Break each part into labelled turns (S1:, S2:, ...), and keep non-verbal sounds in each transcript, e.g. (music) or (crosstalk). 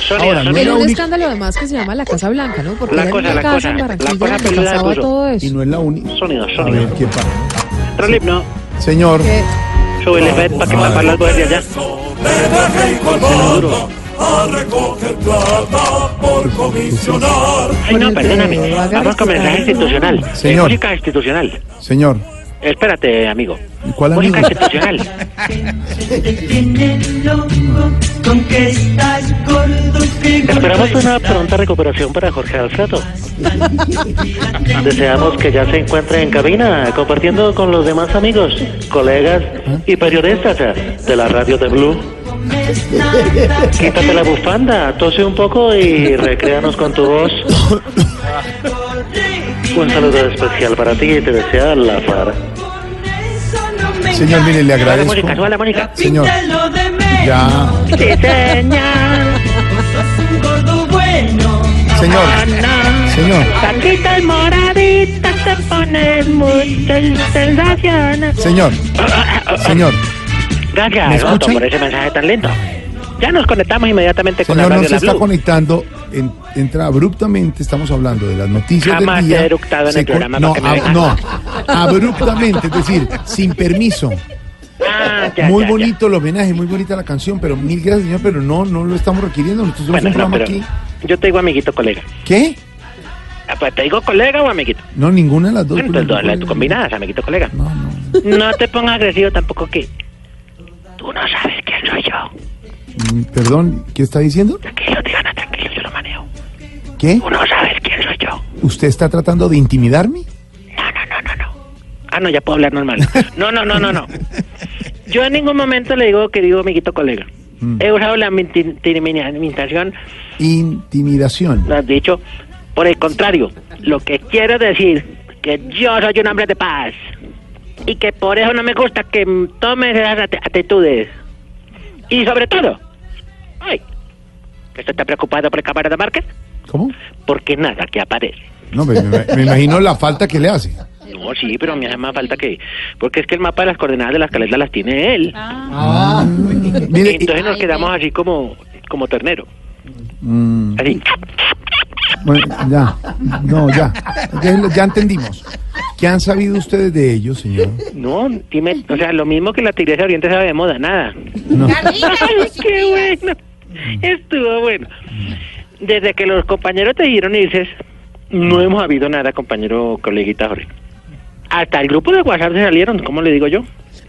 S1: Sonia,
S2: Ahora,
S1: Sonia.
S2: no es
S3: Pero
S2: la
S3: un
S2: única-
S3: escándalo además que se llama la Casa Blanca, ¿no? Porque
S1: La
S3: era
S1: cosa,
S3: una
S1: la
S3: casa
S1: cosa,
S3: en
S1: la
S3: Barranquilla
S1: cosa
S3: donde
S1: peluda de
S3: pasaba
S1: tuyo.
S3: todo
S2: Y
S3: eso.
S2: no es la única.
S1: Sonido,
S2: A
S1: sonido.
S2: ver qué pasa.
S1: Entra el himno.
S2: Señor,
S3: Que-
S1: Sube el para que
S2: Ay.
S1: para las voces de allá. Duro. Ay, no, perdóname.
S3: Haga
S1: Vamos con mensaje
S3: respetar.
S1: institucional. Eh,
S2: Señor.
S1: música institucional.
S2: señor.
S1: Espérate, amigo.
S2: ¿Y cuál amigo?
S1: Música institucional.
S4: Con que estás gordo que
S1: Esperamos una pronta recuperación para Jorge
S2: (laughs)
S1: Alfredo. Deseamos que ya se encuentre en cabina, compartiendo con los demás amigos, colegas y periodistas de la radio de Blue. (laughs) Quítate la bufanda, tose un poco y recréanos con tu
S2: (laughs)
S1: voz. Un saludo especial para ti y te desea la far.
S2: Señor, mire, le
S1: Sube la
S2: agradezco.
S1: música, sube la música.
S2: Señor, (laughs) ya.
S1: Sí, señor.
S4: un gordo bueno.
S2: Señor, señor,
S1: Taquitas moraditas te pones muy sensacional.
S2: señor, señor. ¿Me
S1: Gracias, Otto,
S2: escuchan?
S1: por ese mensaje tan lento. Ya nos conectamos inmediatamente con
S2: Señor,
S1: la
S2: no
S1: radio
S2: se
S1: La
S2: está
S1: Blue.
S2: conectando. en- entra abruptamente. Estamos hablando de las noticias
S1: Jamás
S2: del
S1: te
S2: día.
S1: he eructado en
S2: se
S1: el
S2: con-
S1: programa
S2: no,
S1: para que me vengas.
S2: ab- no, abruptamente, es decir, sin permiso.
S1: Ah, (laughs) ya,
S2: muy
S1: ya, ya.
S2: bonito el homenaje, muy bonita la canción, pero mil gracias, señor, pero no, no lo estamos requiriendo. Nosotros somos
S1: Bueno,
S2: un
S1: no,
S2: programa
S1: pero
S2: aquí.
S1: yo te digo amiguito colega.
S2: ¿Qué?
S1: Ah, pues, ¿Te digo colega o amiguito?
S2: No, ninguna de las dos.
S1: Bueno,
S2: pues,
S1: entonces
S2: no
S1: las
S2: puede-
S1: combinadas, amiguito colega.
S2: No, no.
S1: No te pongas agresivo tampoco que tú no sabes quién soy yo.
S2: Mm, Perdón, ¿qué está diciendo?
S1: Tranquilo, Diana, tranquilo, yo lo manejo.
S2: ¿Qué?
S1: Tú no sabes quién soy yo.
S2: ¿Usted está tratando de intimidarme?
S1: No, no, no, no, no. Ah, no, ya puedo hablar normal. No, no, no, no, no. Yo en ningún momento le digo, querido amiguito colega. He usado la minimización,
S2: Intimidación.
S1: lo has dicho. Por el contrario, lo que quiero decir que yo soy un hombre de paz. Y que por eso no me gusta que mm, tomes esas ate- actitudes. Y sobre todo, ay, que usted está preocupado por el camarada Márquez,
S2: ¿Cómo?
S1: porque nada que aparece.
S2: No, me, me- me imagino la falta que le hace.
S1: No, sí, pero me hace más falta que... Porque es que el mapa de las coordenadas de las caletas las tiene él.
S2: Mire, y-
S1: Ah. Entonces nos quedamos así como, como ternero.
S2: mm,
S1: Así.
S2: bueno, ya, no, ya, ya, ya entendimos. ¿Qué han sabido ustedes de ellos, señor?
S1: No, dime, o sea, lo mismo que la Tigresa de Oriente sabe de moda, nada. Ay, (laughs) qué bueno. Estuvo bueno. Desde que los compañeros te dijeron irse, no hemos habido nada, compañero coleguita Jorge. Hasta el grupo de WhatsApp se salieron, ¿cómo le digo yo?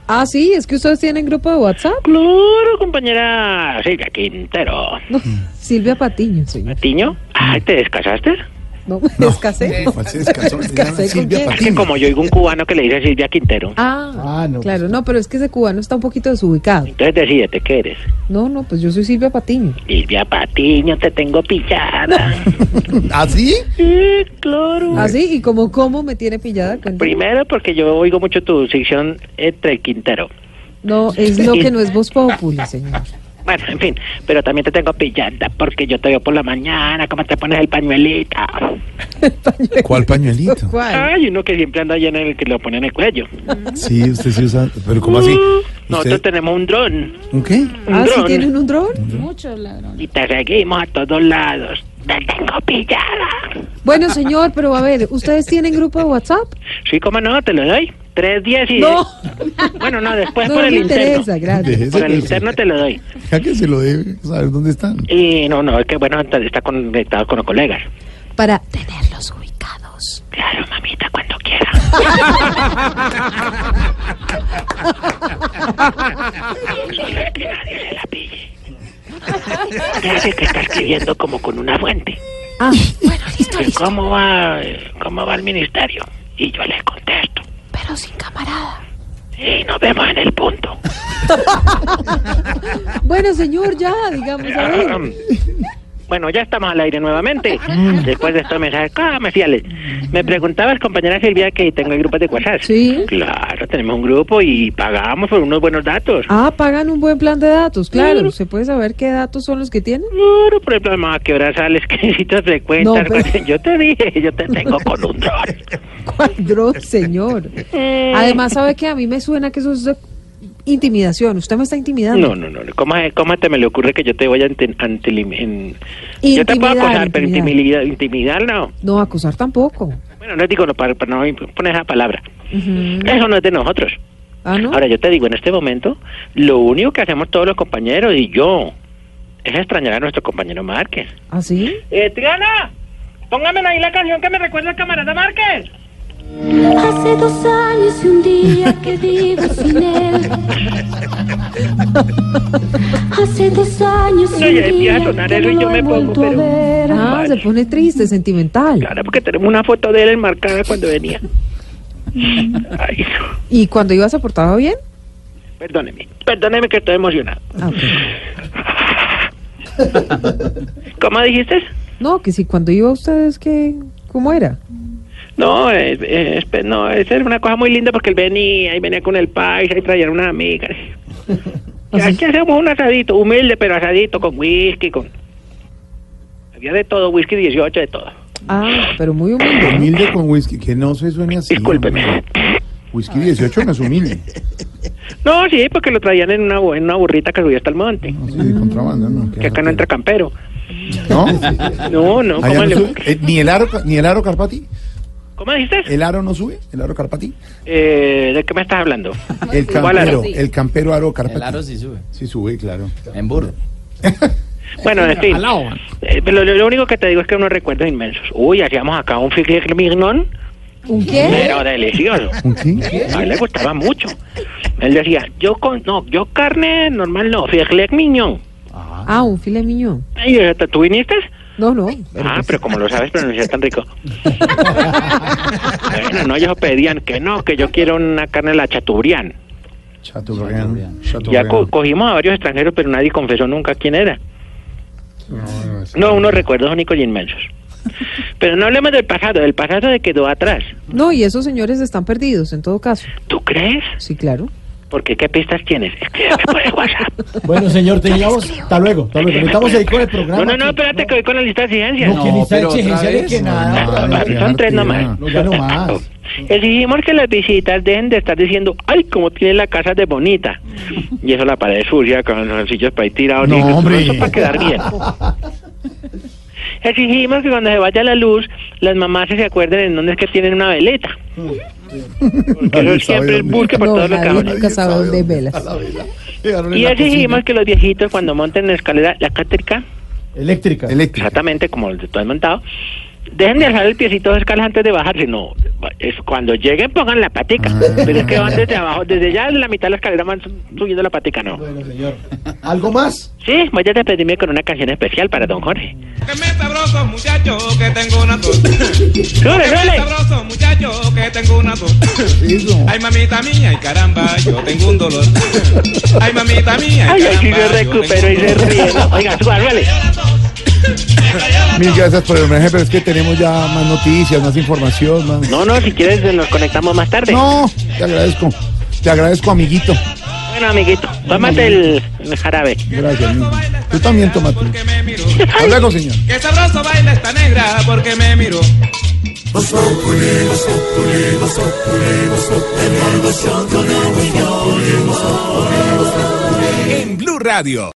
S3: Ah, sí, es que ustedes tienen grupo de WhatsApp.
S1: Claro, compañera Silvia Quintero.
S3: No,
S2: Mm.
S3: Silvia Patiño, señor.
S1: ¿Tiño? Ay, ¿te descasaste?
S3: No, (laughs)
S2: No. pues
S3: descasé.
S2: ¿Cuál se
S3: (laughs)
S2: descasó? Se llama
S3: Descasé, ¿con
S2: Silvia
S3: quién?
S1: Es que
S2: Patiño.
S1: como yo oigo un cubano que le dice Silvia Quintero,
S3: Ah,
S2: Ah, no,
S3: claro, no, pero es que ese cubano está un poquito desubicado.
S1: entonces decídete qué eres.
S3: No, no, pues yo soy Silvia Patiño.
S1: Silvia Patiño, te tengo pillada.
S2: ¿Así?
S1: Sí, claro.
S3: Así, Ah, y como cómo me tiene pillada. cuéntame.
S1: Primero porque yo oigo mucho tu sección entre el Quintero.
S3: No, es lo que no
S1: (laughs)
S3: es voz populi, señor.
S1: Bueno, en fin, pero también te tengo pillada porque yo te veo por la mañana, cómo te pones el pañuelito.
S2: ¿Cuál pañuelito?
S3: ¿Cuál?
S1: Ay, uno que siempre anda lleno en el que lo pone en el cuello.
S2: Sí, usted sí usa. ¿Pero cómo así?
S1: Uh,
S2: ¿Usted-
S1: Nosotros tenemos un dron,
S2: ¿Un qué?
S1: un
S3: Ah, ¿sí
S1: dron,
S3: tienen un dron?
S1: y te seguimos a todos lados. Te tengo pillada.
S3: Bueno, señor, pero a ver, ¿ustedes tienen grupo de WhatsApp?
S1: Sí, cómo no, te lo doy. 310 y...
S3: No,
S1: Bueno, no, después
S3: no
S1: Pues por
S3: me
S1: el interno.
S3: interesa,
S2: (laughs)
S3: gracias.
S2: Déjese
S1: Por el
S2: que-
S1: interno te lo doy.
S2: Ya que se lo debe saber dónde están.
S1: Y no, no, es que bueno, está está conectado con los colegas.
S3: Para tenerlos ubicados.
S1: Claro, mamita, cuando (laughs) quiera. Solo es que nadie se la pille. Parece que está escribiendo como con una fuente.
S3: Ah, bueno, listo,
S1: ¿Y ¿Cómo va, eh, cómo va el ministerio? Y yo le contesto.
S3: pero sin camarada.
S1: Y nos vemos en el punto.
S3: Bueno, señor, ya, digamos, Pues a ver.
S1: Bueno, ya estamos al aire nuevamente.
S3: Mm.
S1: Después de estos mensajes comerciales. "Ah, Me preguntabas, compañera Silvia, que tengo el grupo de WhatsApp.
S3: Sí.
S1: Claro, tenemos un grupo y pagamos por unos buenos datos.
S3: Ah, pagan un buen plan de datos, claro. ¿Se puede saber qué datos son los que tienen? (laughs)
S1: Claro, pero el problema (laughs) es que ahora sales que necesitas de cuentas.
S3: No,
S1: (laughs)
S3: pero-
S1: Yo te dije, yo te tengo con un dron.
S3: (laughs)
S1: Eh.
S3: ¿Cuál dron, señor? Además, ¿sabe que A mí me suena que eso es de- intimidación. Usted me está
S1: No,
S3: intimidando.
S1: no, no. Cómo, cómo te me le ocurre que yo te voy a ante, ante- en- Yo te puedo
S3: Intimidar,
S1: acosar, pero intimidar,
S3: intimidar.
S1: intimidar no.
S3: No, acusar tampoco.
S1: Bueno, no digo, no, para, para no poner esa palabra.
S3: Ujú.
S1: Eso no es de nosotros.
S3: Ah, ¿no?
S1: Ahora, yo te digo, en este momento, lo único que hacemos todos los compañeros y yo es extrañar a nuestro compañero Márquez.
S3: ¿Ah, sí?
S1: Eh, Triana, póngame ahí la canción que me recuerda al camarada Márquez.
S5: Hace dos años y un día que vivo sin él. Hace dos años y
S1: No,
S5: un
S1: ya empieza
S5: día
S1: a sonar
S5: que
S1: eso y
S5: no
S1: yo
S5: lo
S1: me
S5: he
S1: pongo,
S5: vuelto a
S1: pero-
S5: ver.
S3: Ah, se
S1: Vale.
S3: pone triste, sentimental.
S1: Claro, porque tenemos una foto de él enmarcada cuando
S3: (laughs)
S1: venía. Ay,
S3: ¿Y cuando iba se portaba bien?
S1: perdóneme, perdóneme que estoy emocionado.
S3: Ah, ok.
S1: ¿Cómo dijiste?
S3: No, que si cuando iba ustedes, que ¿cómo era?
S1: No, eh, eh, espe- no, esa era una cosa muy linda porque él venía y venía con el país y traía una amiga.
S2: (laughs)
S1: Y aquí hacemos un asadito, humilde pero asadito, con whisky, con... Había de todo, whisky 18, de todo.
S3: Ah, pero muy humilde. ¿no?
S2: Humilde con whisky, que no se suene así.
S1: Discúlpeme.
S2: hombre. Whisky 18 no es humilde.
S1: (laughs) No, sí, porque lo traían en una, bu- en una burrita que subía hasta el monte.
S2: No, sí, de contrabando, no. qué
S1: Que acá no entra
S2: ratero.
S1: campero. (laughs)
S2: ¿No?
S1: No, no,
S2: Ah, Allá
S1: ¿cómo,
S2: no
S1: le-
S2: sube. Eh, ni el aro, ni el aro Carpati.
S1: ¿cómo dijiste?
S2: El aro no sube, el aro Carpati.
S1: Eh, ¿De qué me estás
S2: (laughs)
S1: hablando?
S2: El
S1: ¿Cuál aro?
S2: campero, el campero aro Carpati.
S6: El aro sí sube.
S2: Sí sube, claro.
S6: En burro.
S1: Bueno, en fin.
S6: Al lado.
S1: Eh, pero lo, lo único que te digo es que unos recuerdos inmensos. Uy, hacíamos acá un ficle mignón,
S3: ¿Un qué?
S1: pero delicioso.
S2: ¿Un qué?
S1: A él le gustaba mucho. Él decía, yo con, no, yo carne normal no, ficle miñón.
S3: Ah, un filet miñón.
S1: Y yo, ¿tú viniste?
S3: No, no.
S1: Ah, pero como lo sabes pronunciar tan rico. bueno, no, ellos pedían que no, que yo quiero una carne de la chaturián.
S2: Chateaubriand.
S1: Ya co- cogimos a varios extranjeros, pero nadie confesó nunca quién era. No, unos recuerdos únicos y inmensos. Pero no hablemos del pasado, del pasado de quedó atrás.
S3: No, y esos señores están perdidos en todo caso.
S1: ¿Tú crees?
S3: Sí, claro.
S1: Porque qué pistas
S7: (laughs)
S1: tienes. Escríbeme por el WhatsApp.
S7: Bueno, señor, te llevamos. Hasta luego, hasta luego. Estamos ahí con el programa.
S1: No, no, no,
S7: que-
S1: espérate que voy con la lista de exigencias.
S7: No, que ni está
S6: pero otra
S7: exigencia ni
S6: vez.
S7: que
S2: No, no,
S7: nada.
S2: qué
S1: Son tres
S2: jartera.
S1: nomás.
S7: No, ya no más.
S1: Exigimos que las visitas dejen de estar diciendo, ay, cómo tiene la casa de bonita. Y eso la pared sucia con los sillos para ir tirados.
S2: No,
S1: y eso
S2: hombre.
S1: Eso para quedar bien. Exigimos que cuando se vaya la luz, las mamás se acuerden en dónde es que tienen una veleta.
S2: (laughs)
S1: Porque
S2: Nadie
S1: eso
S2: sabe
S1: siempre es
S2: dónde.
S1: busca por
S3: No,
S1: todos los
S3: nadie
S1: cajones.
S3: nunca sabe dónde hay velas.
S2: está la vela. Llegaron en
S1: Y
S2: la
S1: exigimos
S2: cocina.
S1: que los viejitos cuando monten la escalera, la cátrica,
S7: Eléctrica.
S2: Eléctrica.
S1: exactamente como el que tú has montado, dejen de alzar el piecito dos escalas antes de bajarse. No, es cuando lleguen pongan la patica.
S2: Ah.
S1: Pero es que van desde abajo, desde ya de la mitad de la escalera van subiendo la patica, no.
S7: Bueno, señor. ¿Algo más?
S1: Sí, voy a despedirme con una canción especial para don Jorge.
S8: Que me sabroso muchacho que tengo una tos.
S1: ¡Sube,
S8: Que me
S1: sube!
S8: sabroso muchacho que tengo una tos.
S2: Eso.
S8: Ay mamita mía, ay caramba, yo tengo un dolor. Ay mamita mía,
S1: Ay,
S8: ay
S1: ay, sí
S8: caramba,
S1: se
S8: yo
S1: recuperó y
S8: tengo
S1: se
S8: un dolor.
S1: ríe. No, Oiga, suba, súbale.
S2: Mil gracias por el homenaje, pero es que tenemos ya más noticias, más información, más...
S1: No, no, si quieres nos conectamos más tarde.
S2: No, te agradezco. Te agradezco, amiguito.
S1: Bueno, amiguito, tómate el, el jarabe.
S2: Gracias, amigo.
S8: baila esta
S2: Tú también
S8: negra
S2: tómate.
S8: porque me miró.
S2: Hasta luego, señor.
S8: Que sabroso baila esta negra porque me miró.
S9: En Blue Radio.